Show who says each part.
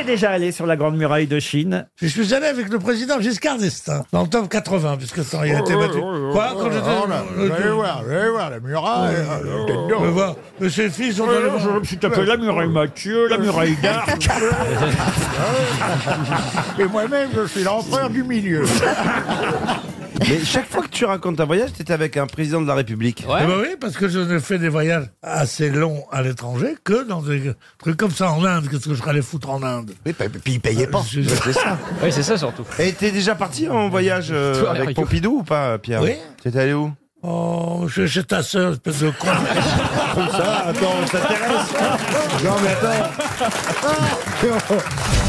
Speaker 1: est déjà allé sur la Grande Muraille de Chine
Speaker 2: Je suis allé avec le président Giscard d'Estaing, dans le tome 80, puisque ça, il a été battu. Quoi Quand j'étais...
Speaker 3: Vous allez voir, vous allez voir, la muraille. euh, tête
Speaker 2: Je vais
Speaker 3: d'or.
Speaker 2: voir. Mais ses fils sont allés voir.
Speaker 1: me suis tapé la muraille Mathieu, la muraille d'art.
Speaker 3: Et moi-même, je suis l'empereur du milieu.
Speaker 4: Mais chaque fois que tu racontes un voyage, t'étais avec un président de la République.
Speaker 2: Eh ben oui, parce que je ne fais des voyages assez longs à l'étranger que dans des trucs comme ça en Inde. Qu'est-ce que je serais allé foutre en Inde
Speaker 5: Oui, pa- puis il payait pas.
Speaker 2: Je- je-
Speaker 4: C'est ça.
Speaker 6: Oui, c'est ça surtout.
Speaker 4: Et t'es déjà parti en voyage euh,
Speaker 6: Toi,
Speaker 4: avec
Speaker 6: Mario.
Speaker 4: Pompidou ou pas, Pierre
Speaker 2: Oui.
Speaker 4: T'étais allé où
Speaker 2: Oh, je suis chez ta sœur, espèce de con.
Speaker 4: Attends, ça t'intéresse
Speaker 3: Non, mais attends.